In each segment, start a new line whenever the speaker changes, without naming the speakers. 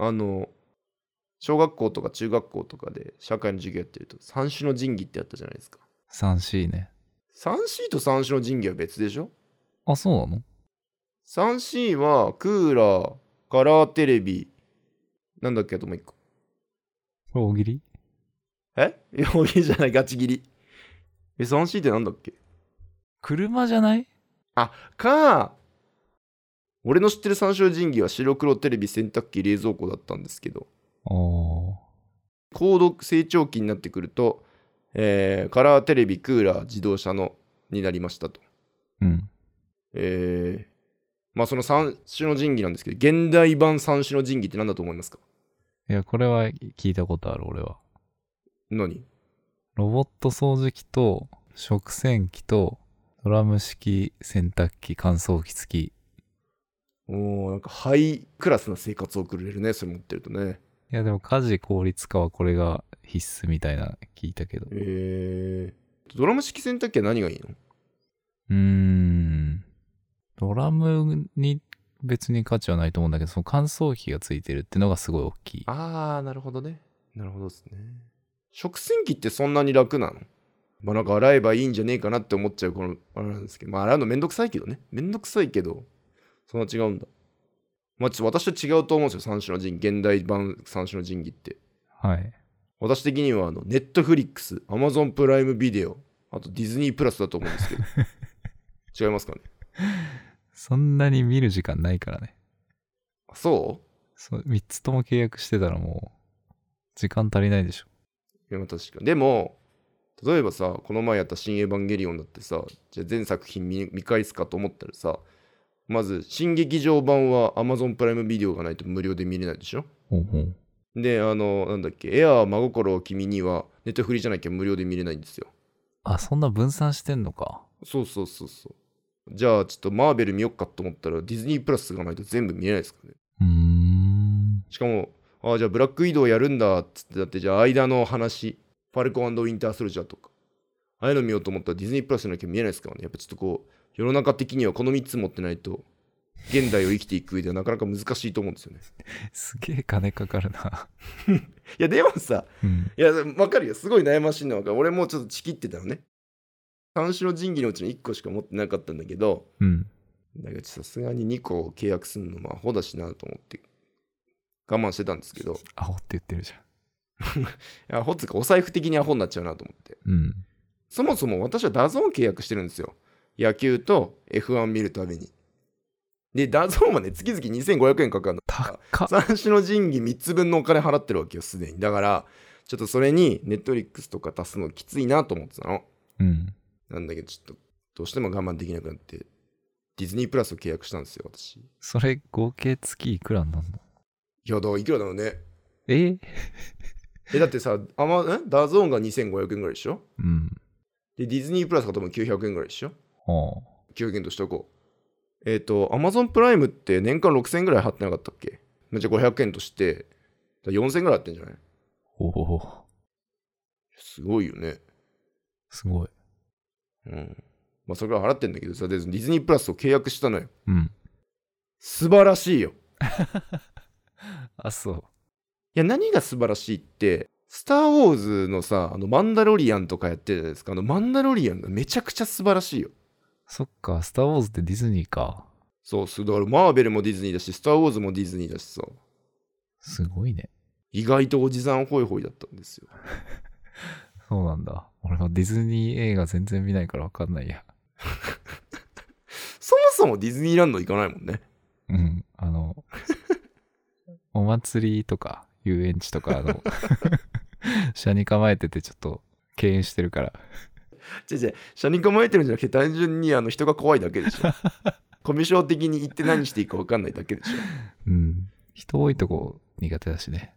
あの小学校とか中学校とかで社会の授業やってると三種の神器ってやったじゃないですか
3C ね。
3C と三種の神器は別でしょ
あ、そうなの
3C はクーラーカラーテレビなんだっけあともう一個
これ大喜利
えいや大喜利じゃないガチ切りえ 3C ってなんだっけ
車じゃない
か俺の知ってる三種の神器は白黒テレビ洗濯機冷蔵庫だったんですけど
おお
高度成長期になってくると、えーカラーテレビクーラー自動車のになりましたと
ー。うん。
えーまあその三種の神器なんですけど現代版三種の神器って何だと思いますか
いや、これは聞いたことある、俺は。
何
ロボット掃除機と、食洗機と、ドラム式洗濯機、乾燥機付き。
おーなんかハイクラスな生活を送れるねそれ持ってるとね
いや、でも家事効率化はこれが必須みたいな聞いたけど。う
えードラム式洗濯機は何がいいの
ーん。ドラムに別に価値はないと思うんだけど、その乾燥機が付いてるってのがすごい大きい。
あー、なるほどね。なるほどですね。食洗機ってそんなに楽なのまあなんか洗えばいいんじゃねえかなって思っちゃうこのあれなんですけど、まあ洗うのめんどくさいけどね。めんどくさいけど、そんな違うんだ。まあちょっと私と違うと思うんですよ、三種の神器。現代版三種の神器って。
はい。
私的にはあの、ネットフリックス、アマゾンプライムビデオ、あとディズニープラスだと思うんですけど。違いますかね
そんなに見る時間ないからね。
あそう
そう、3つとも契約してたらもう、時間足りないでしょ。
いやまあ確かでも例えばさこの前やった「新エヴァンゲリオン」だってさじゃあ全作品見見返すかと思ったらさまず新劇場版は Amazon プライムビデオがないと無料で見れないでしょ
ほうほう。
であのなんだっけ「エアー真心を君に」はネットフリじゃなきゃ無料で見れないんですよ
あ、そんな分散してんのか。
そうそうそうそうじゃあちょっとマーベル見よっかと思ったらディズニープラスがないと全部見れないですからね
うーん。
しかもああじゃあブラック移動やるんだっつってだってじゃあ間の話ファルコンウィンターソルジャーとかああいうの見ようと思ったらディズニープラスじゃなきゃ見えないですからねやっぱちょっとこう世の中的にはこの3つ持ってないと現代を生きていく上ではなかなか難しいと思うんですよね
すげえ金かかるな。
いやでもさ
うん。
いやわかるよすごい悩ましいのはわかる俺もうちょっとチキってたのね三種の神器のうちの1個しか持ってなかったんだけど
うん。
だけどさすがに2個契約するのもアホだしなと思って我慢してたんですけど
アホって言ってるじ
アホっつうかお財布的にアホになっちゃうなと思って
ゃん。うん。
そもそも私はダゾーン契約してるんですよ。野球と F1 見るために。で、ダゾーンはね、月々2500円かかるの。
高っ。
三種の神器3つ分のお金払ってるわけよ、すでに。だから、ちょっとそれに、ネットフリックスとか足すのきついなと思ってたの。
うん。
なんだけど、ちょっと、どうしても我慢できなくなって、ディズニープラスを契約したんですよ、私。い
それ合計月いくらになんの
や、だからいくらだろうね。
え
え、だってさ、あま、んダゾーンが2500円ぐらいでしょ
うん。
で、ディズニープラスが多分900円ぐらいでしょ
はあ。
900円としておこう。えっ、と、Amazon プライムって年間6000円ぐらい払ってなかったっけじゃあ500円として、だから4000円ぐらい払ってんじゃない
おお。
すごいよね。
すごい。
うん。まあ、それぐらい払ってんだけどさ、でディズニープラスを契約したのよ。
うん。
素晴らしいよ。い
あ、そう。
や、何が素晴らしいって、スター・ウォーズのさ、あの、マンダロリアンとかやってるじゃないですか。あの、マンダロリアンがめちゃくちゃ素晴らしいよ。
そっか、スター・ウォーズってディズニーか。
そう、そうだからマーベルもディズニーだし、スター・ウォーズもディズニーだしさ、
すごいね。
意外とおじさんホイホイだったんですよ。
そうなんだ。俺はディズニー映画全然見ないからわかんないや。
そもそもディズニーランド行かないもんね。
うん。あの、 お祭りとか、遊園地とか、あ の、車に構えててちょっと敬遠してるから。
違う違う、車に構えてるんじゃなくて単純にあの人が怖いだけでしょ。コミュ障的に行って何していいか分かんないだけでし
うん。人多いとこ苦手だしね。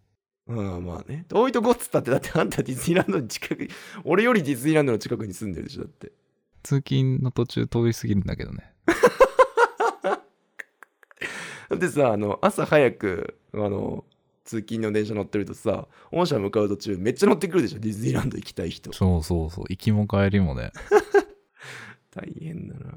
ょ。うん、まあね。遠いとこっつったって、だってあんたディズニーランドの近く、俺よりディズニーランドの近くに住んでるでしょ、だって。
通勤の途中通り過ぎるんだけどね。
だってさ、あの、朝早く、あの、通勤の電車乗ってるとさ、御社向かう途中めっちゃ乗ってくるでしょ、ディズニーランド行きたい人。
そうそうそう。行きも帰りもね。
大変だな。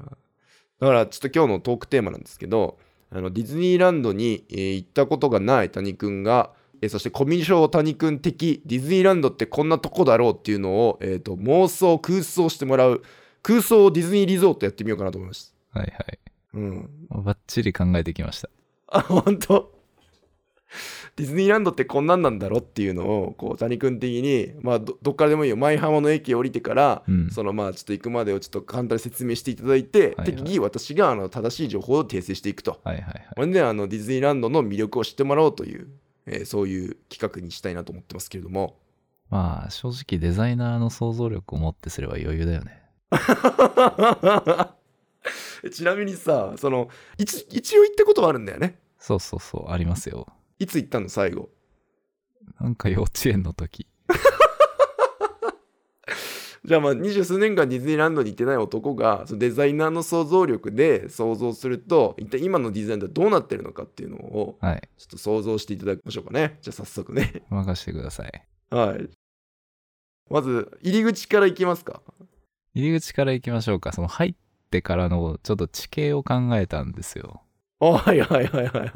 だからちょっと今日のトークテーマなんですけど、あのディズニーランドに、えー行ったことがない谷くんが、えーそしてコミュ障谷くん的ディズニーランドってこんなとこだろうっていうのを、えー、と妄想空想してもらう空想ディズニーリゾートやってみようかなと思いました。
はいはい。
うん、
バッチリ考えてきました。
あ本当ディズニーランドってこんなんなんだろっていうのをこう谷君的に、まあ、どどっからでもいいよ舞浜の駅降りてから、
うん
そのまあちょっと行くまでをちょっと簡単に説明していただいて、
はい
適宜私があの正しい情報を訂正していくと。
はいはいはい。
ほんであのディズニーランドの魅力を知ってもらおうという、えーそういう企画にしたいなと思ってますけれども
まあ正直デザイナーの想像力を持ってすれば余裕だよね。
ちなみにさその一一応行ったことはあるんだよね
そうそうそう、ありますよ。
いつ行ったの最後
なんか幼稚園の時。
じゃあまあ二十数年間ディズニーランドに行ってない男がそのデザイナーの想像力で想像すると一体今のディズニーランドはどうなってるのかっていうのを
はい。
ちょっと想像していただきましょうかねじゃあ早速ね
任してください。
はいまず入り口から行きますか
入り口から行きましょうか。その入ってからのちょっと地形を考えたんですよ。
あはいはいはいはい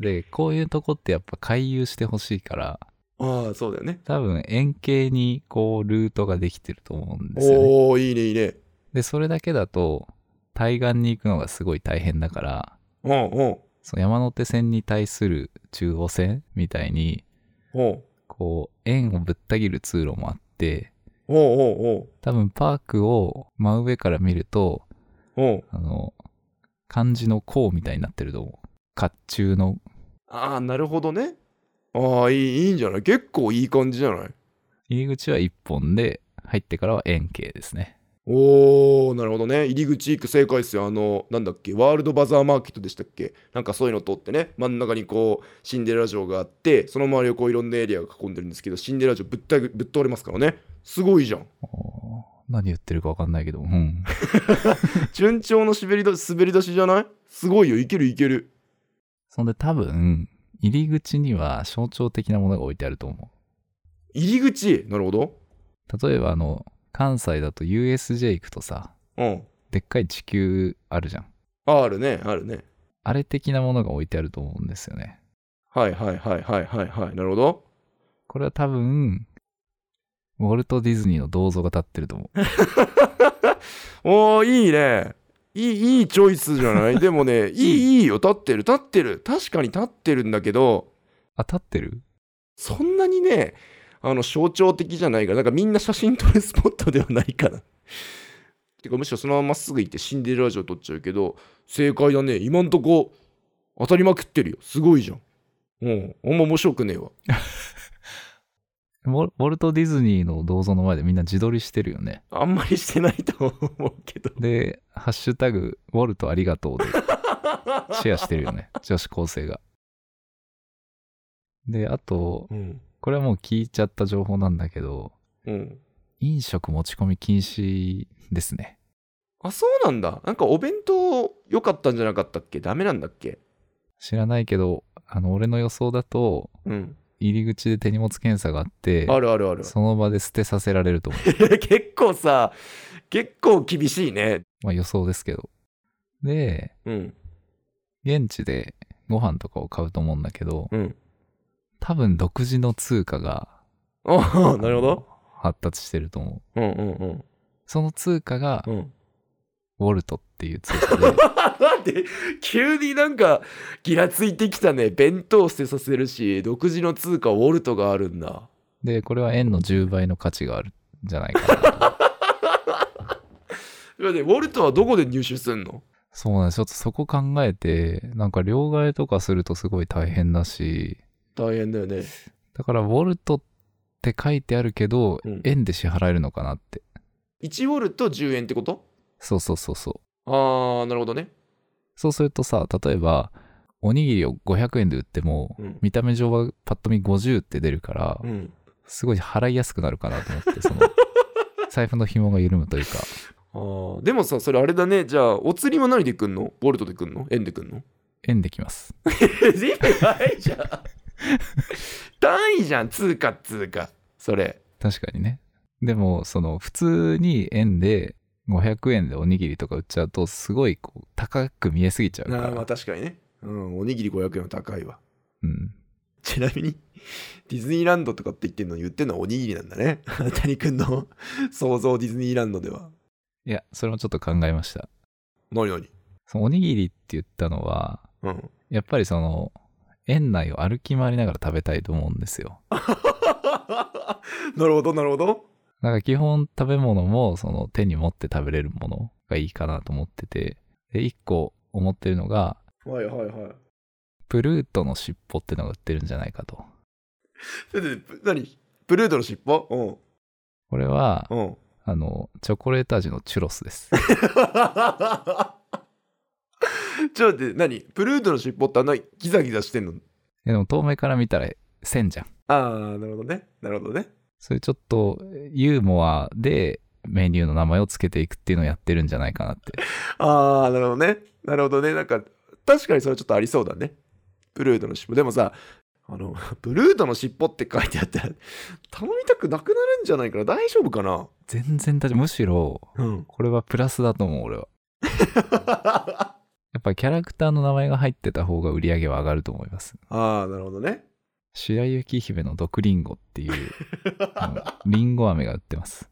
で、こういうとこってやっぱ回遊してほしいから、
ああそうだよね
多分円形にこうルートができてると思うんですよね。
おおーいいねいいね
で、それだけだと対岸に行くのがすごい大変だから、
うんうん
その山手線に対する中央線みたいに、
おう
こう、円をぶった切る通路もあって、
おうおう
多分パークを真上から見ると、
おうおう
あの、漢字のこうみたいになってると思う。甲冑の、
ああなるほどねああいいいいんじゃない結構いい感じじゃない
入り口は一本で、入ってからは円形ですね。
おー、なるほどね。入り口行く正解ですよ。あの、なんだっけ、ワールドバザーマーケットでしたっけなんかそういうの通ってね、真ん中にこう、シンデレラ城があって、その周りをこう、いろんなエリアが囲んでるんですけど、シンデレラ城ぶったぐぶっ倒れますからね。すごいじゃん。
おー何言ってるかわかんないけど、うん。
順調の滑りだ滑り出しじゃないすごいよ。いけるいける。
そんで多分、入り口には象徴的なものが置いてあると思
入り口なるほど。
う。例えばあの、関西だと USJ 行くとさ、
うん。
でっかい地球あるじゃん。
ああるね、あるね。
あれ的なものが置いてあると思うんですよね。
はいはいはいはいはいはい。なるほど。
これは多分、ウォルト・ディズニーの銅像が立ってると思う。
おーいいねいいいいチョイスじゃないでもねいいいいよ立ってる立ってる確かに立ってるんだけど
あ、立ってる
そんなにねあの象徴的じゃないからなんかみんな写真撮るスポットではないかなてかむしろそのまままっすぐ行ってシンデレラ城撮っちゃうけど正解だね今んとこ当たりまくってるよすごいじゃんうんあんま面白くねえわ
ウォルウォルト・ディズニーの銅像の前でみんな自撮りしてるよね。
あんまりしてないと思うけど
で、ハッシュタグ、ウォルトありがとうでシェアしてるよね。女子高生が。で、あと、
うん
これはもう聞いちゃった情報なんだけど、
うん
飲食持ち込み禁止ですね。
あそうなんだなんかお弁当良かったんじゃなかったっけダメなんだっけ
知らないけど、あの、俺の予想だと、
うん
入り口で手荷物検査があって、
あるあるある。
その場で捨てさせられると思う。
結構さ、結構厳しいね。
まあ予想ですけど。で、
うん。
現地でご飯とかを買うと思うんだけど、
うん。
多分独自の通貨が
ああ、なるほど。
発達してると思
う
う。
んうんうん。
その通貨が
うん、
ウォルトっていう通 貨で、
なんで急になんかギラついてきたね弁当捨てさせるし独自の通貨ウォルトがあるんだ
で、これは円の10倍の価値があるんじゃないかなと。
いやねウォルトはどこで入手すんの
そうなんです。ちょっとそこ考えて、なんか両替とかするとすごい大変だし、
大変だよね
だからウォルトって書いてあるけど、
うん
円で支払えるのかなって。
1ウォルト10円ってこと
そうそうそうそう。
ああなるほどね
そうするとさ、例えば、おにぎりを500円で売っても、
うん
見た目上はパッと見50って出るから、
うん
すごい払いやすくなるかなと思って、その、財布の紐が緩むというか、
あーでもさそれあれだねじゃあお釣りは何で来んのウォルトで来んの円で来んの
円できます。
意味ないじゃん 単位じゃん通貨通貨それ
確かにね。でも、その、普通に円で、500円でおにぎりとか売っちゃうと、すごいこう高く見えすぎちゃうか
ああまあ
ら、
確かにねうん、おにぎり500円は高いわ。
うん。
ちなみに、ディズニーランドとかって言ってるの言ってるのはおにぎりなんだね。 谷くんの 想像ディズニーランドでは。
いや、それもちょっと考えました。
何何
そのおにぎりって言ったのは、
うん。
やっぱりその、園内を歩き回りながら食べたいと思うんですよ。
なるほど、なるほど。
なんか基本食べ物もその手に持って食べれるものがいいかなと思ってて、で、一個思ってるのが、
はいはいはい。
プルートの尻尾ってのが売ってるんじゃないかと。
だって、ぷ何プルードの尻尾
これは
う、ん。 うん。
あの、チョコレート味のチュロスです。
ちょっと待って、何プルードの尻尾ってあんなギザギザしてんの
えでも遠目から見たら線じゃん。
ああ、なるほどね。なるほどね。
それちょっとユーモアでメニューの名前をつけていくっていうのをやってるんじゃないかなって。
ああ、なるほどね。なるほどね。なんか、確かにそれちょっとありそうだね。ブルードの尻尾。でもさ、あの、 ブルードの尻尾って書いてあったら、頼みたくなくなるんじゃないから大丈夫かな
全然大丈夫。むしろ、
うん。
これはプラスだと思う、俺は。やっぱキャラクターの名前が入ってた方が売り上げは上がると思います。
ああ、なるほどね。
白雪姫の毒リンゴっ ていう、あのリンゴ飴が売ってます。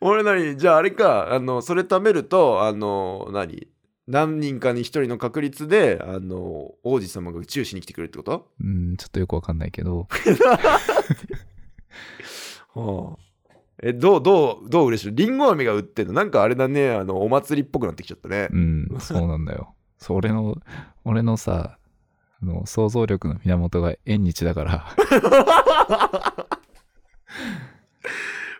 俺なに、じゃああれか、あの、それ食べると、あの、何何人かに一人の確率で、あの、王子様がチューしに来てくれるってこと
うん、ちょっとよくわかんないけど、
はあ。え、どう、どう、どう嬉しいリンゴ飴が売ってんのなんかあれだね、あの、お祭りっぽくなってきちゃったね
う。ん、そうなんだよ。そう、俺の、俺のさ、あの想像力の源が縁日 だから、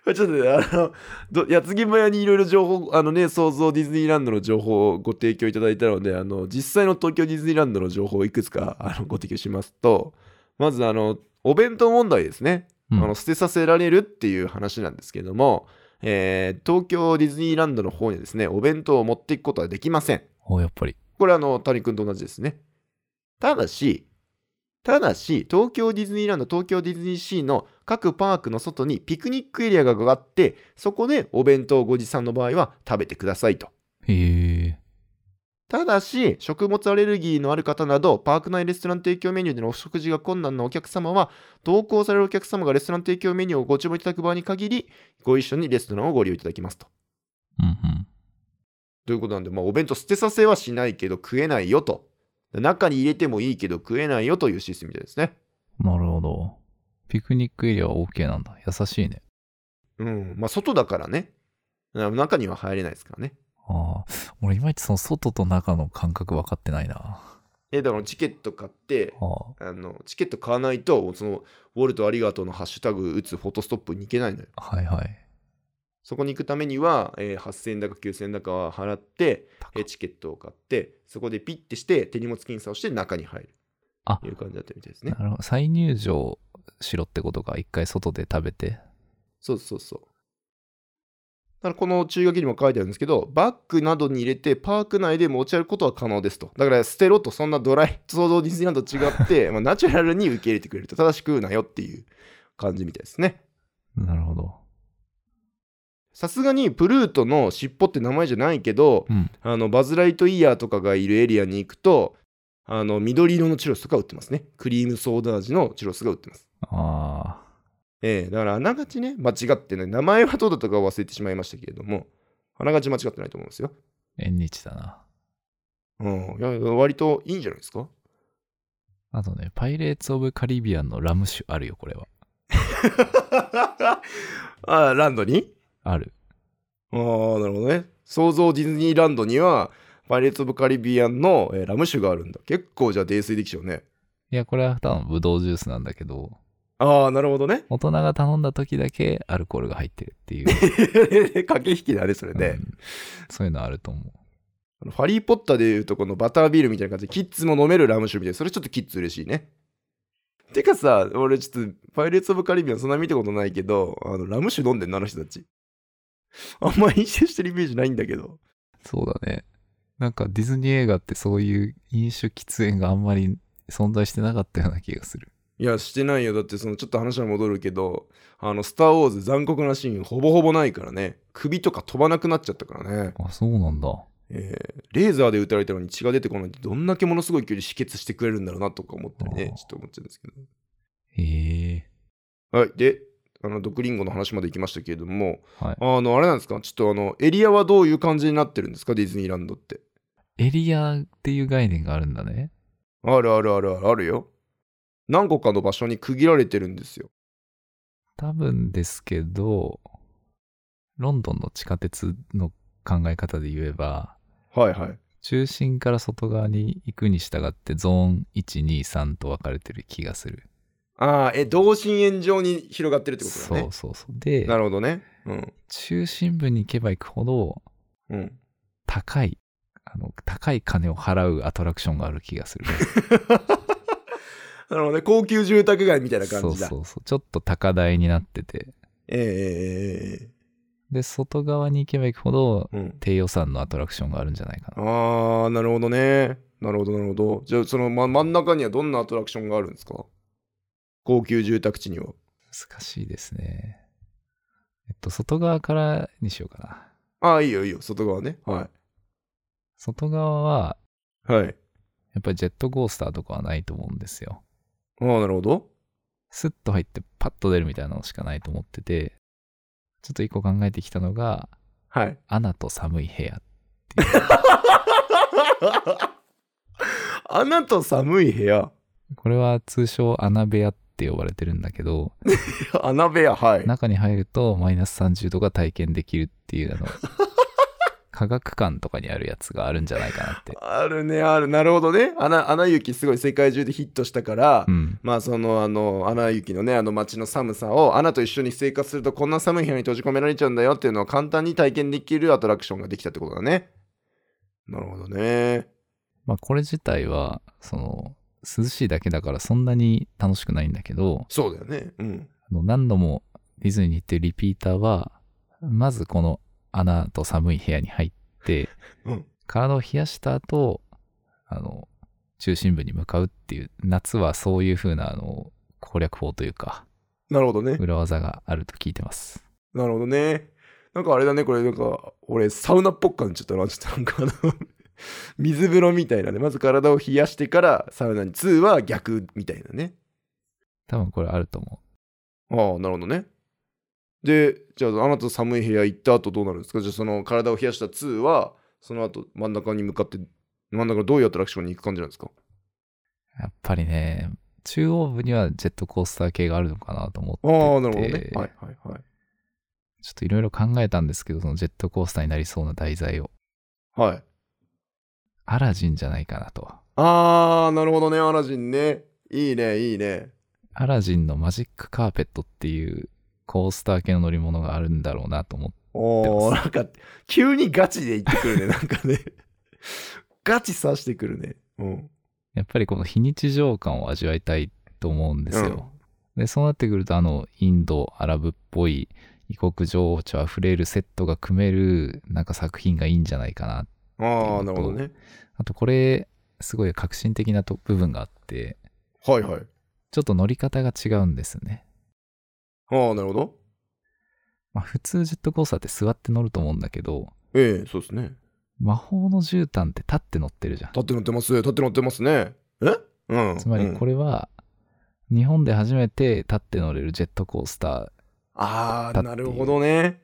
これちょっとね、あの、ど矢継ぎ早にいろいろ情報、あのね、想像ディズニーランドの情報をご提供いただいたので、あの、実際の東京ディズニーランドの情報をいくつかあのご提供しますと、まず、あの、お弁当問題ですね。
うん
あの捨てさせられるっていう話なんですけども、えー東京ディズニーランドの方にですね、お弁当を持っていくことはできません。
おやっぱり。
これあの、谷君と同じですね。ただし、ただし、東京ディズニーランド、東京ディズニーシーの各パークの外にピクニックエリアがあって、そこでお弁当をご持参の場合は食べてくださいと。
へえ。
ただし、食物アレルギーのある方など、パーク内レストラン提供メニューでのお食事が困難なお客様は、同行されるお客様がレストラン提供メニューをご注文いただく場合に限り、ご一緒にレストランをご利用いただきますと。
うんうん。
ということなんで、まあ、お弁当捨てさせはしないけど食えないよと。中に入れてもいいけど食えないよというシステムみたいですね。
なるほど。ピクニックエリアは OK なんだ。優しいね。
うん。まあ、外だからね。な中には入れないですからね。
ああ。俺、いまいちその外と中の感覚分かってないな。
え、だからチケット買って、
ああ。
あの、チケット買わないと、その、ウォルトありがとうのハッシュタグ打つフォトストップに行けないのよ。
はいはい。
そこに行くためには、えー8000円だか9000円だかは払って、えーチケットを買って、そこでピッてして、手荷物検査をして中に入る。
あ
いう感じだったみたいですね
な。るほど。再入場しろってことか。一回外で食べて。
そうそうそう。だからこの注意書きにも書いてあるんですけど、バッグなどに入れてパーク内で持ち歩くことは可能ですと。だから捨てろと、そんなドライ、想像ディズニーランドと違って、まあナチュラルに受け入れてくれると、正しく言うなよっていう感じみたいですね。
なるほど。
さすがにプルートの尻尾って名前じゃないけど、
うん
あのバズ・ライトイヤーとかがいるエリアに行くと、あの緑色のチュロスとか売ってますね。クリームソーダ味のチュロスが売ってます。
あ
ええだからあながちね、間違ってない。名前はどうだったか忘れてしまいましたけれども、あながち間違ってないと思うんですよ。
あ。縁日だな。
うん。いや、割といいんじゃないですか
あとね、パイレーツ・オブ・カリビアンのラム酒あるよ、これは。
ああ、ランドに
ある。
ああ、なるほどね。想像ディズニーランドには、パイレーツ・オブ・カリビアンの、えーラム酒があるんだ。結構じゃあ泥酔できちゃうね。
いや、これは多分ブドウジュースなんだけど、
ああ、なるほどね。
大人が頼んだ時だけアルコールが入ってる っていう。
駆け引きだね、それ
う
ね。
んそういうのあると思う。
あのハリー・ポッターでいうと、このバタービールみたいな感じで、キッズも飲めるラム酒みたいな、それちょっとキッズ嬉しいね。てかさ、俺ちょっと、パイレーツ・オブ・カリビアンそんな見たことないけど、あのラム酒飲んでんの、あの人たち。あんま飲酒してるイメージないんだけど。
そうだね。なんかディズニー映画ってそういう飲酒喫煙があんまり存在してなかったような気がする。
いや、してないよ。だって、その、ちょっと話は戻るけど、あの、スター・ウォーズ残酷なシーン、ほぼほぼないからね。首とか飛ばなくなっちゃったからね。
あ、そうなんだ。
えーレーザーで打たれたのに血が出てこないってどんだけものすごい勢いで止血してくれるんだろうなとか思ったりね
あー
ちょっと思っちゃうんですけど
へえ
はいであの毒リンゴの話まで行きましたけれども
はい
あのあれなんですかちょっとあのエリアはどういう感じになってるんですかディズニーランドって
エリアっていう概念があるんだね。
あるあるあるあるあるよ何個かの場所に区切られてるんですよ
多分ですけど、ロンドンの地下鉄の考え方で言えば、
はいはい
中心から外側に行くに従ってゾーン1、2、3と分かれてる気がする。
ああえ同心円状に広がってるってことだ
そ
ね
うそうそう。で、
なるほどねうん
中心部に行けば行くほど
うん
高い、あの、高い金を払うアトラクションがある気がする。
なるほどね高級住宅街みたいな感
そう
じだ
そうそう。ちょっと高台になってて。
えええ
で、外側に行けば行くほど
えええええうん
低予算のアトラクションがあるんじゃないかな。
ああ、なるほどね。なるほど、なるほど。じゃあ、その、ま、真ん中にはどんなアトラクションがあるんですか高級住宅地には。
難しいですね。えっと、外側からにしようかな。
ああ、いいよ、いいよ、外側ね。は
外側は、
い。はい。
やっぱりジェットコースターとかはないと思うんですよ。
ああ、なるほど。
スッと入ってパッと出るみたいなのしかないと思ってて、ちょっと一個考えてきたのが、
はい。
アナと寒い部屋。
穴と寒い部屋。
これは通称アナ部屋って呼ばれてるんだけど、
穴部屋、はい。
中に入るとマイナス30度が体験できるっていう、あの、科学館とかにあるやつがあるんじゃないかな って。
あるね、ある。なるほどね。穴、穴雪すごい世界中でヒットしたから、
うん。
まあそのあの穴雪のねあの街の寒さを穴と一緒に生活するとこんな寒い部屋に閉じ込められちゃうんだよっていうのを簡単に体験できるアトラクションができたってことだね。なるほどね。
まあこれ自体は、その、涼しいだけだからそんなに楽しくないんだけど、
そうだよね。うん。
あの何度もディズニーに行ってるリピーターは、まずこの穴と寒い部屋に入って、
うん
体を冷やした後、あの、中心部に向かうっていう、夏はそういう風な、あの、攻略法というか、
なるほどね。
裏技があると聞いてます。
なるほどね。なんかあれだねこれなんか俺サウナっぽく感じちゃったなちょっとなんかあの 水風呂みたいなねまず体を冷やしてからサウナに2は逆みたいなね。
多分これあると思
ああ、なるほどね。で、じゃあ、あなた寒い部屋行った後どうなるんですかじゃあ、その体を冷やした2は、その後真ん中に向かって、真ん中のどういうアトラクションに行く感じなんですか
う。やっぱりね、中央部にはジェットコースター系があるのかなと思って
あ
て、
あ、なるほどね。はいはいはい。
ちょっといろいろ考えたんですけど、そのジェットコースターになりそうな題材を、
はい、
アラジンじゃないかなと。
ああ、なるほどね、アラジンね。いいね、いいね。
アラジンのマジックカーペットっていうコースター系の乗り物があるんだろうなと思って。
おお、なんか、急にガチで行ってく るね、なんかね。ガチ刺してくるね。うん。
やっぱりこの非日常感を味わいたいと思うんですよ。で、そうなってくると、あの、インド、アラブっぽい異国情緒あふれるセットが組める、なんか作品がいいんじゃないかな。
ああ、なるほどね。
あと、これ、すごい革新的なと部分があって、
はいはい。
ちょっと乗り方が違うんですね。
ああ、なるほど。
まあ、普通ジェットコースターって座って乗ると思うんだけど、
ええそうですね。
魔法の絨毯って立って乗ってるじゃん。
立って乗ってます立って乗ってますねえうん
つまりこ
れ、
れは日本で初めて立って乗れるジェットコースター
ああ
だっていう
なるほどね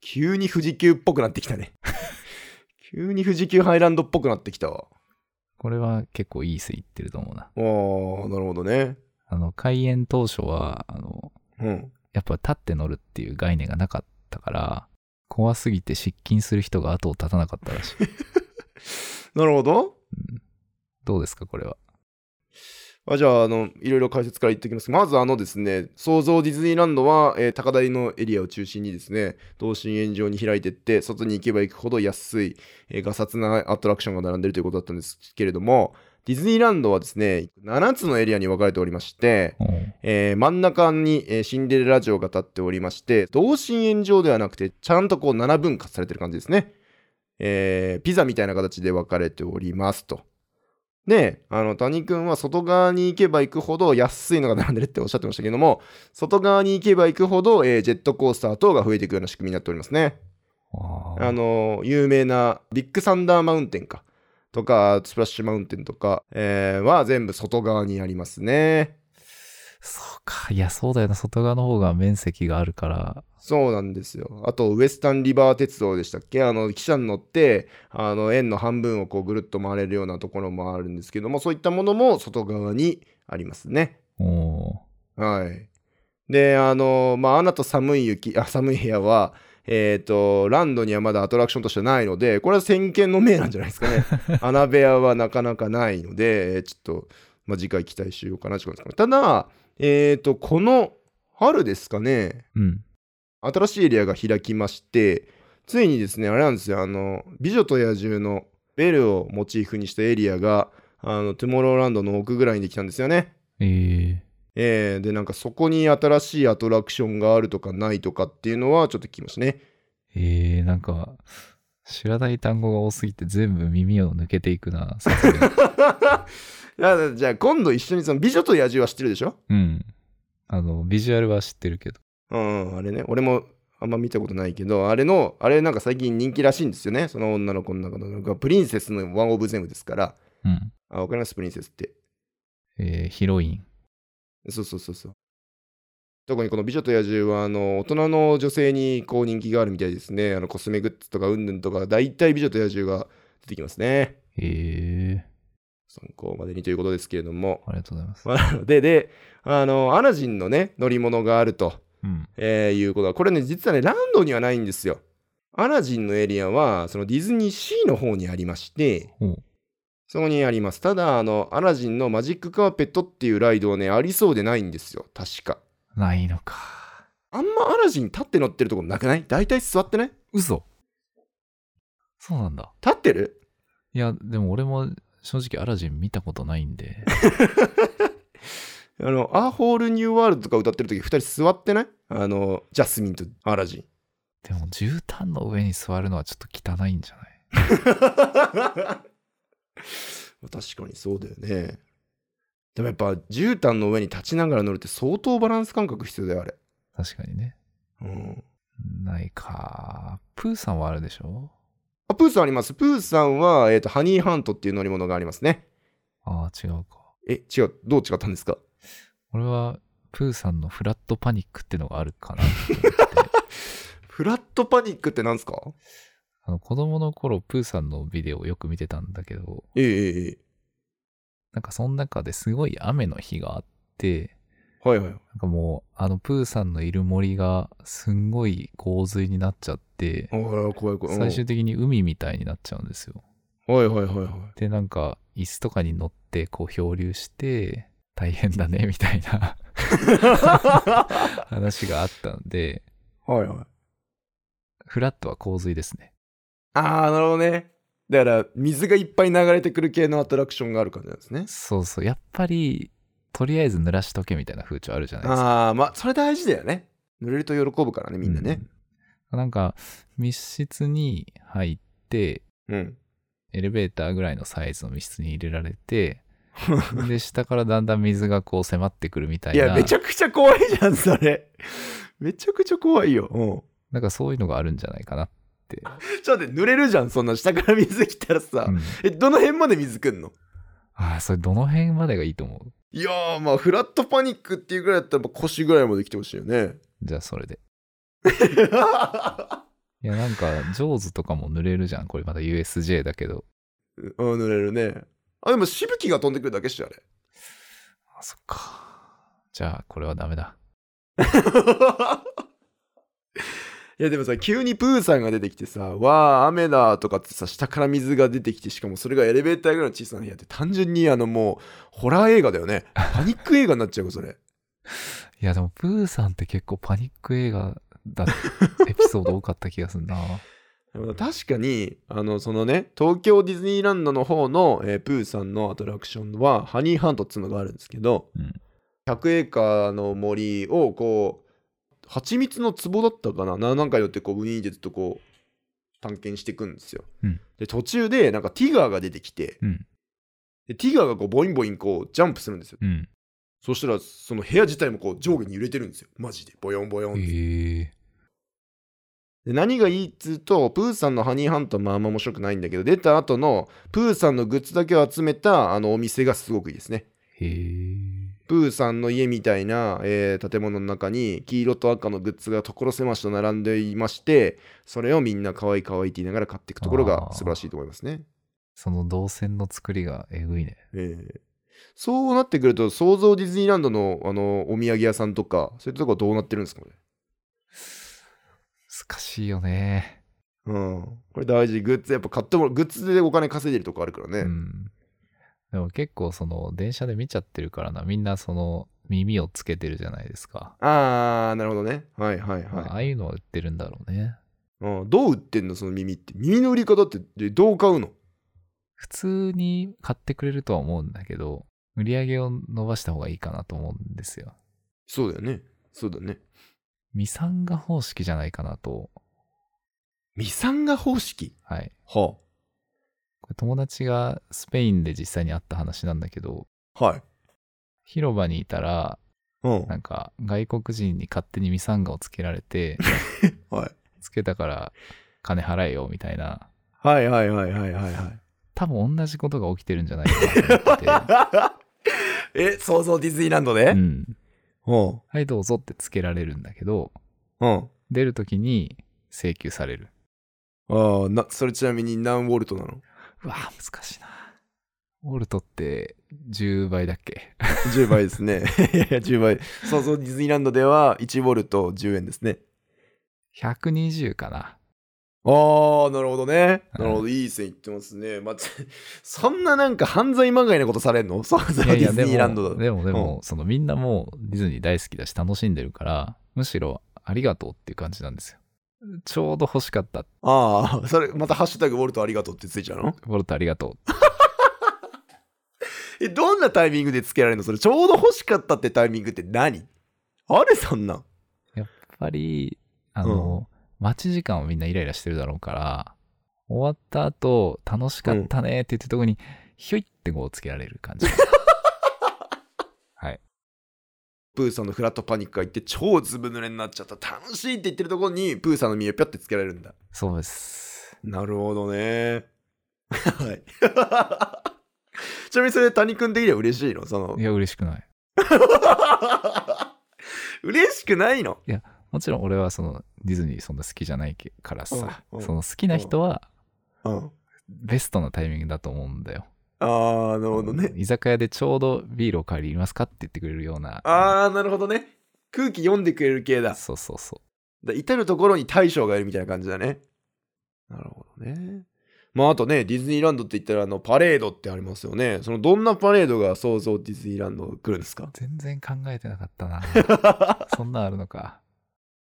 急に富士急っぽくなってきたね 急に富士急ハイランドっぽくなってきたわ
これは結構いい線いってると思うな
ああなるほどね
あの開園当初はあの
うん
やっぱ立って乗るっていう概念がなかったから怖すぎて失禁する人が後を絶たなかったらしい
なるほど
どうですかこれは
あじゃああのいろいろ解説から言っておきますまずあのですね創造ディズニーランドは、えー高台のエリアを中心にですね同心円状に開いてって外に行けば行くほど安い、えーガサツなアトラクションが並んでるということだったんですけれどもディズニーランドはですね7つのエリアに分かれておりまして、えー真ん中に、えーシンデレラ城が立っておりまして同心円状ではなくてちゃんとこう7分割されてる感じですね、えーピザみたいな形で分かれておりますとであの谷くんは外側に行けば行くほど安いのが並んでるっておっしゃってましたけども外側に行けば行くほど、えージェットコースター等が増えていくような仕組みになっておりますね
あー
あの有名なビッグサンダーマウンテンかとかスプラッシュマウンテンとか、えーは全部外側にありますね
そうか。いや、そうだよな。外側の方が面積があるから。
そうなんですよあとウエスタンリバー鉄道でしたっけあの汽車に乗ってあの円の半分をこうぐるっと回れるようなところもあるんですけどもそういったものも外側にありますね
おお
はい。で、あの、まあ、アナと寒い雪、あ、寒い部屋は、えっ、と、ランドにはまだアトラクションとしてないので、これは先見の明なんじゃないですかね。アナ部屋はなかなかないので、えーちょっと、まあ、次回期待しようかなって感じですかね。ただ、えっ、と、この春ですかね、
ー。うん。
新しいエリアが開きまして、ついにですね、あれなんですよ、あの、美女と野獣のベルをモチーフにしたエリアが、あの、トゥモローランドの奥ぐらいにできたんですよね。
ええ
えーでなんかそこに新しいアトラクションがあるとかないとかっていうのはちょっと聞きましたね。
ええなんか、知らない単語が多すぎて全部耳を抜けていくな。さすが に
だからじゃあ今度一緒にその美女と野獣は知ってるでしょ
うん。あの、ビジュアルは知ってるけど。
うん、あれね。俺もあんま見たことないけど、あれの、あれなんか最近人気らしいんですよね。その女の子の中の、なんかプリンセスのワンオブゼムですから。
うん。
あ、わかりますプリンセスって。
えー、ヒロイン。
そうそうそうそう。特にこの美女と野獣は、あの、大人の女性にこう人気があるみたいですね。あの、コスメグッズとかうんぬんとか、大体美女と野獣が出てきますね。
ええ
参考までにということですけれども。
ありがとうございます。
まあなので、で、あの、アラジンのね、乗り物があると、
うん。
えーいうことが、これね、実はね、ランドにはないんですよ。アラジンのエリアは、そのディズニーシーの方にありまして
ほう、
そこにあります。ただ、あの、アラジンのマジックカーペットっていうライドはね、ありそうでないんですよ、確か。
ないのか。
あんまアラジン立って乗ってるとこなくない大体座ってない
嘘そうなんだ。
立ってる
いや、でも俺も正直アラジン見たことないん で。
あの、アーホールニューワールドとか歌ってる時二人座ってないあの、ジャスミンとアラジン。
でも絨毯の上に座るのはちょっと汚いんじゃない
確かにそうだよね。でもやっぱ絨毯の上に立ちながら乗るって相当バランス感覚必要だよ、あれ。
確かにね。
うん。
ないか。プーさんはあるでしょ
あ、プーさんあります。プーさんは、えっ、と、ハニーハントっていう乗り物がありますね。
ああ、違うか。
え、違う、どう違ったんですか
俺は、プーさんのフラットパニックってのがあるかな。
フラットパニックってなんですか
あの子供の頃、プーさんのビデオをよく見てたんだけど、
えええええ
なんかその中ですごい雨の日があって、
えはいはい。
なんかもう、あのプーさんのいる森がすんごい洪水になっちゃって
あ、ら、怖い怖い。
最終的に海みたいになっちゃうんですよ。
うん。はいはいはいはい。
で、なんか、椅子とかに乗って、こう、漂流して、大変だね、みた いな話があったんで、
はいはい。
フラットは洪水ですね。
ああ、なるほどね。だから、水がいっぱい流れてくる系のアトラクションがある感じなんですね。
そうそう、やっぱり、とりあえず濡らしとけみたいな風潮あるじゃないですか。
ああ、まあ、それ大事だよね。濡れると喜ぶからね、みんなね。
うん。なんか、密室に入って、
うん。
エレベーターぐらいのサイズの密室に入れられ て、で、下からだんだん水がこう迫ってくるみたい
い
な。
や、めちゃくちゃ怖いじゃん、それ。 めちゃくちゃ怖いよ。う
なんかそういうのがあるんじゃないかなって。
ん。ちょっと待って、濡れるじゃん、そんな下から水来たらさ。
うん
え、どの辺まで水くんの
ああ、それどの辺までがいいと思う
いやー、まあ、フラットパニックっていうぐらいだったら、腰ぐらいまで来てほしいよ ね。
じゃあそれで。いやなんか、ジョーズとかも濡れるじゃん。これまだ USJ だけど。
うん、濡れるね。あ、でも、しぶきが飛んでくるだけっしょ、あれ。
あ、そっか。じゃあ、これはダメだ。
いやでもさ急にプーさんが出てきてさ「わあ雨だ」とかってさ下から水が出てきてしかもそれがエレベーターぐらいの小さな部屋って単純にあのもうホラー映画だよねパニック映画になっちゃうよそれ
いや、でも、プーさんって結構パニック映画だ、 エピソード多かった気がするな。
でも確かにあのそのね東京ディズニーランドの方の、えープーさんのアトラクションはハニーハントっつうのがあるんですけど、
うん
100エーカーの森をこう蜂蜜の壺だったかな何段階よってこうウィーンってずっとこう探検していくんですよ、
うん
で途中でなんかティガーが出てきて、
うん
でティガーがこうボインボインこうジャンプするんですよ
うん。
そしたらその部屋自体もこう上下に揺れてるんですよマジでボヨンボヨンって、
ええ
でで何がいいっつうと、プーさんのハニーハントもあんま面白くないんだけど、出た後のプーさんのグッズだけを集めたあのお店がすごくいいですね。
へえ。
プーさんの家みたいな、えー建物の中に黄色と赤のグッズが所狭しと並んでいまして、それをみんな可愛い可愛いって言いながら買っていくところが素晴らしいと思いますね。
その動線の作りがえぐいね。
ええそうなってくると、想像ディズニーランドのあのお土産屋さんとか、そういったとこはどうなってるんですかね。
難しいよね。
うん。これ大事。グッズ、やっぱ買ってもらう、グッズでお金稼いでるとこあるからね。
うん。でも結構その電車で見ちゃってるからな、みんなその耳をつけてるじゃないですか。
あー、なるほどね。はいはい
まああ
は
あいうのは売ってるんだろうね。
い。うん、どう売ってんのその耳って。耳の売り方ってでどう買うの
普通に買ってくれるとは思うんだけど、売り上げを伸ばした方がいいかなと思うんですよ。
そうだよね。そうだね。
ミサンガ方式じゃないかなと。
ミサンガ方式
はい。
は
これ友達がスペインで実際にあった話なんだけど、
あ、はい。
広場にいたら、
うん。
なんか外国人に勝手にミサンガをつけられて、
はい。
つけたから金払えよみたいな、
はいはいはいはいはいはい。
多分同じことが起きてるんじゃないかなと思 って
え、想像ディズニーランドで
て、うん。
うん。
はい、どうぞってつけられるんだけど、
うん。
出るときに請求される。
ああ、な、それちなみに何ウォルトなの
うわぁ、難しいな。ウォルトって10倍だっけ
?10 倍ですね。 いやいや、10倍。想像ディズニーランドでは1ウォルト10円ですね。
?120 かな。
ああ、なるほどね。
うん
なるほど、いい線いってますね。まあ、 つそんななんか犯罪まがいなことされんの想像ディズ
で
ニーランド
も、
だ。
でも、でもそのみんなもうディズニー大好きだし楽しんでるから、むしろありがとうっていう感じなんですよ。ちょうど欲しかった。
ああ、それ、またハッシュタグウォルトありがとうってついちゃうの
ウォルトありがとう。
え、どんなタイミングでつけられるのそれ、ちょうど欲しかったってタイミングって何あれ、そんなん。
やっぱり、あの、待ち時間はみんなイライラしてるだろうから、終わった後、楽しかったねって言ってるとこに、ひょいってこうつけられる 感じ。はい。
プーさんのフラットパニックが行って超ずぶ濡れになっちゃった楽しいって言ってるところにプーさんの身をピャってつけられるんだ
そうです。
なるほどね はい ちなみにそれ谷君的には嬉しいのその
いや、嬉しくない。
嬉しくないの
もちろん俺はそのディズニーそんな好きじゃないけからさ、
うんうん
その好きな人は
うん
ベストなタイミングだと思うんだよ。
ああなるほどね
居酒屋でちょうどビールを借りますかって言ってくれるような。
ああなるほどね空気読んでくれる系だ
そうそうそ
だ至る所に大将がいるみたいな感じだね。なるほどね。まああとね、ディズニーランドって言ったらあのパレードってありますよね。そのどんなパレードが想像ディズニーランド来るんですか
う。全然考えてなかっ たな。そんなんあるのか。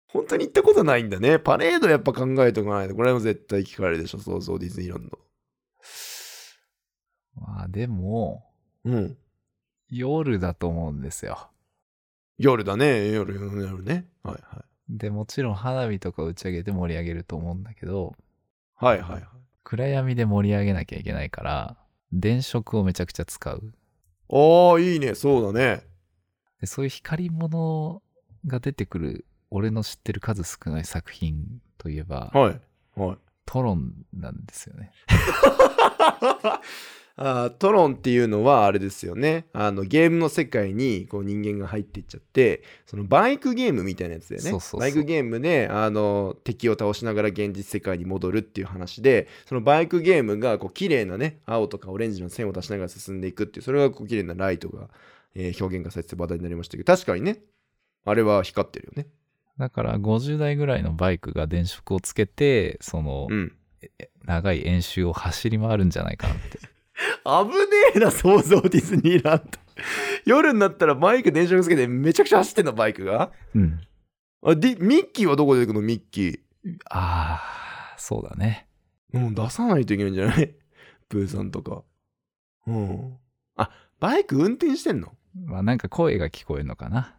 本当に行ったことないんだね。パレードやっぱ考えておかないと。これも絶対聞かれるでしょ、想像ディズニーランド。
まあでも、
うん。
夜だと思うんですよ。
夜だね、夜、夜夜ね。はい
で、もちろん花火とか打ち上げて盛り上げると思うんだけど、
はい。はいはいはい。
暗闇で盛り上げなきゃいけないから、電飾をめちゃくちゃ使う。
ああ、いいね、そうだね。
でそういう光物が出てくる、俺の知ってる数少ない作品といえば、
はい。はい。
トロンなんですよね。
あートロンっていうのはあれですよねあのゲームの世界にこう人間が入っていっちゃってそのバイクゲームみたいなやつだよね
そうそうそう
バイクゲームであの敵を倒しながら現実世界に戻るっていう話でそのバイクゲームがこう綺麗なね青とかオレンジの線を出しながら進んでいくっていうそれがこう綺麗なライトが、えー表現がされて話題になりましたけど確かにねあれは光ってるよね
だから50代ぐらいのバイクが電飾をつけて、その
うん
長い演習を走り回るんじゃないかな って。
危ねえな想像ディズニーランド夜になったらバイク電車つけてめちゃくちゃ走ってんのバイクが
うん。
あでミッキーはどこで出てくのミッキ
ああ、そうだね。
ー。うん、出さないといけないんじゃないプーさんとか。うん。あ、バイク運転してんの
まあなんか声が聞こえるのかな。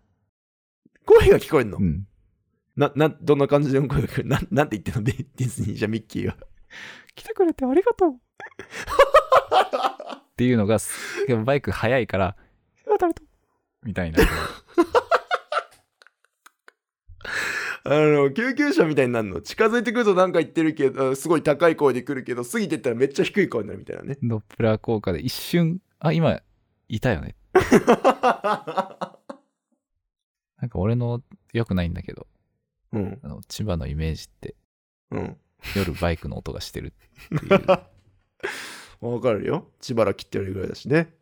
声が聞こえんの、
うん。
な、な、どんな感じで声が聞こえるな、なんて言ってんのディディズニーじゃミッキーが。
来てくれてあり がとう。っていうのが、すでもバイク速いから、ありがとうみたいな。
あの救急車みたいになるの近づいてくるとなんか言ってるけどあすごい高い声で来るけど過ぎてったらめっちゃ低い声になるみたいなね
ドップラー効果で一瞬、あ、今、いたよね。なんか俺の良くないんだけど、
うん
あの千葉のイメージって
うん
夜バイクの音がしてるってい う。な
わかるよ千葉ら切ってるぐらいだしね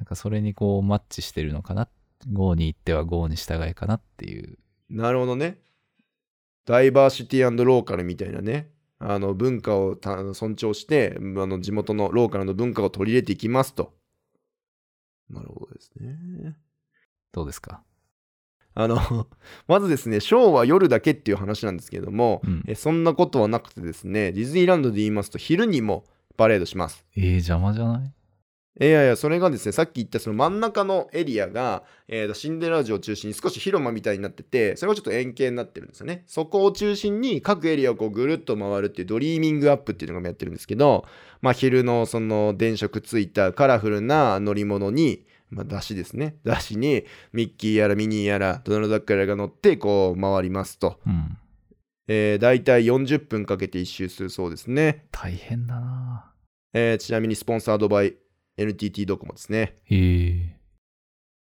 んかそれにこうマッチしてるのかな。郷に行っては郷に従えかなっていう。
なるほどねダイバーシティローカルみたいなねあの文化をたあの尊重してうんあの地元のローカルの文化を取り入れていきますとなるほどですね
どうですか
あの、 まずですね、ショーは夜だけっていう話なんですけれども、
うん
えそんなことはなくてですね、ディズニーランドで言いますと、昼にもパレードします。
えー、邪魔じゃない
えいやいや、それがですね、さっき言ったその真ん中のエリアが、えーとシンデレラ城を中心に少し広間みたいになってて、それがちょっと円形になってるんですよね。そこを中心に各エリアをこうぐるっと回るっていうドリーミングアップっていうのがやってるんですけど、まあ昼のその電飾ついたカラフルな乗り物に、まあ、出汁ですね。出汁にミッキーやらミニーやらドナルド・ダックやらが乗ってこう回りますと。
うん。
えー、大体40分かけて一周するそうですね。
大変だな
えーちなみにスポンサードバイ NTT ドコモですね。
えー、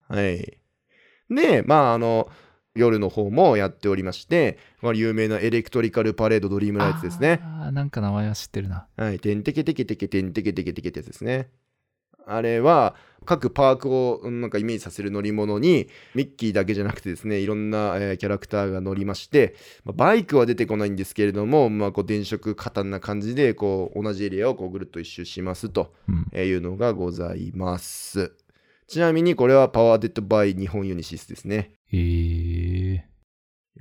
はい。で、まあ、あの、夜の方もやっておりまして、まあ、有名なエレクトリカルパレードドリームライツですね。
あーなんか名前は知ってるな。
はい。てんてけてけてけてんてけてけてけってやつですね。あれは、各パークをうんなんかイメージさせる乗り物に、ミッキーだけじゃなくてですね、いろんな、えーキャラクターが乗りまして、まあバイクは出てこないんですけれども、まあ、こう電飾過多な感じで、こう、同じエリアをこうぐるっと一周しますと。
うん。
えーいうのがございます。ちなみにこれはパワーデッドバイ日本ユニシスですね。
えー、
いう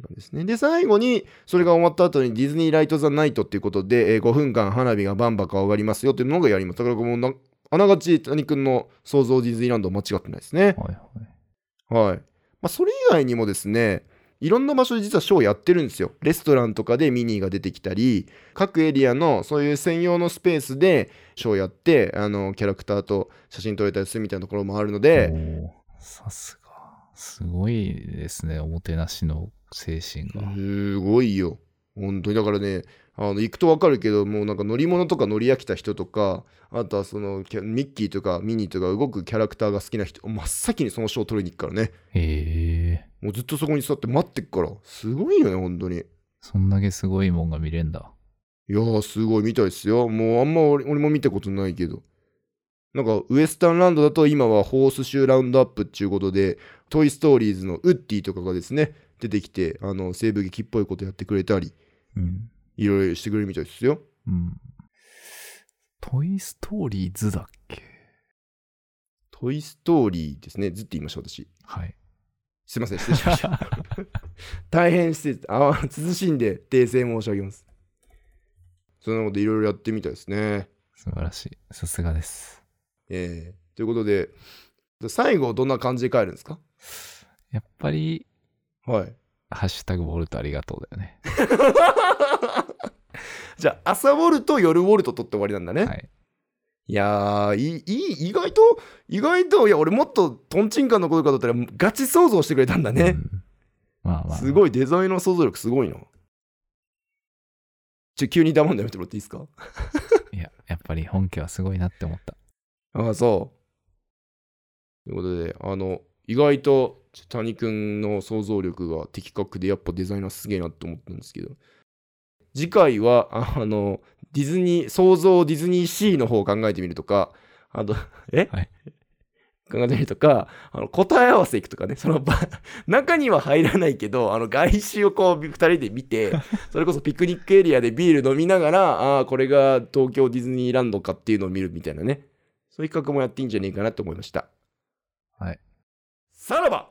感じですねで、最後に、それが終わった後にディズニーライト・ザ・ナイトっていうことで、えー5分間花火がバンバカ上がりますよっていうのがやります。だからもうな、あながち谷君の想像ディズニーランドは間違ってないですね。
はいはい。
はい。まあ、それ以外にもですね、いろんな場所で実はショーやってるんですよ。レストランとかでミニーが出てきたり、各エリアのそういう専用のスペースでショーやって、あの、キャラクターと写真撮れたりするみたいなところもあるので、
おーさすが。すごいですね、おもてなしの精神が。
すごいよ。本当にだからね、あの行くとわかるけど、もうなんか乗り物とか乗り飽きた人とか、あとはそのキャミッキーとかミニーとか動くキャラクターが好きな人、真っ先にそのショー取りに行くからね。
ええ
もうずっとそこに座って待ってっから、すごいよね、本当に。
そんだけすごいもんが見れんだ。
いやー、すごいみたいですよ。もうあんま俺俺も見たことないけど。なんか、ウエスタンランドだと今はホースシューラウンドアップっていうことで、トイ・ストーリーズのウッディとかがですね、出てきて、あの、西部劇っぽいことやってくれたり、
うん。
いろいろしてくれるみたいですよ。
うん。トイ・ストーリーズだっけ
トイ・ストーリーですね。ずっと言いました、私。
はい。
すいません、失礼しま した。大変失礼。あー、慎んで訂正申し上げます。そんなこといろいろやってみたいですね。
素晴らしい。さすがです。
えー、ということで、最後どんな感じで帰るんですか
やっぱり、
はい。
ハッシュタグボルトありがとうだよね。
じゃあ朝ウォルト夜ウォルト取って終わりなんだね、
はい。
い、やーいいいい意外と意外といや俺もっとトンチンカンのことかと思ったらガチ想像してくれたんだ
う
ね、
んまあまあ。
す
い。
ごいデザインの想像力すごいなちょ急に黙んでやめてもらっていいですか
いや、やっぱり本家はすごいなって思った。
ああそうということであの意外とちょ谷くんの想像力が的確でやっぱデザイナーすげえなと思ったんですけど次回はああのディズニー想像ディズニーシーの方を考えてみるとかあと え、
はい
考えてみるとかあの答え合わせいくとかねそのば中には入らないけどあの外周をこう2人で見 てそれこそピクニックエリアでビール飲みながらああーこれが東京ディズニーランドかっていうのを見るみたいなねそういう企画もやっていいんじゃねえかなと思いました。
はい。
さらば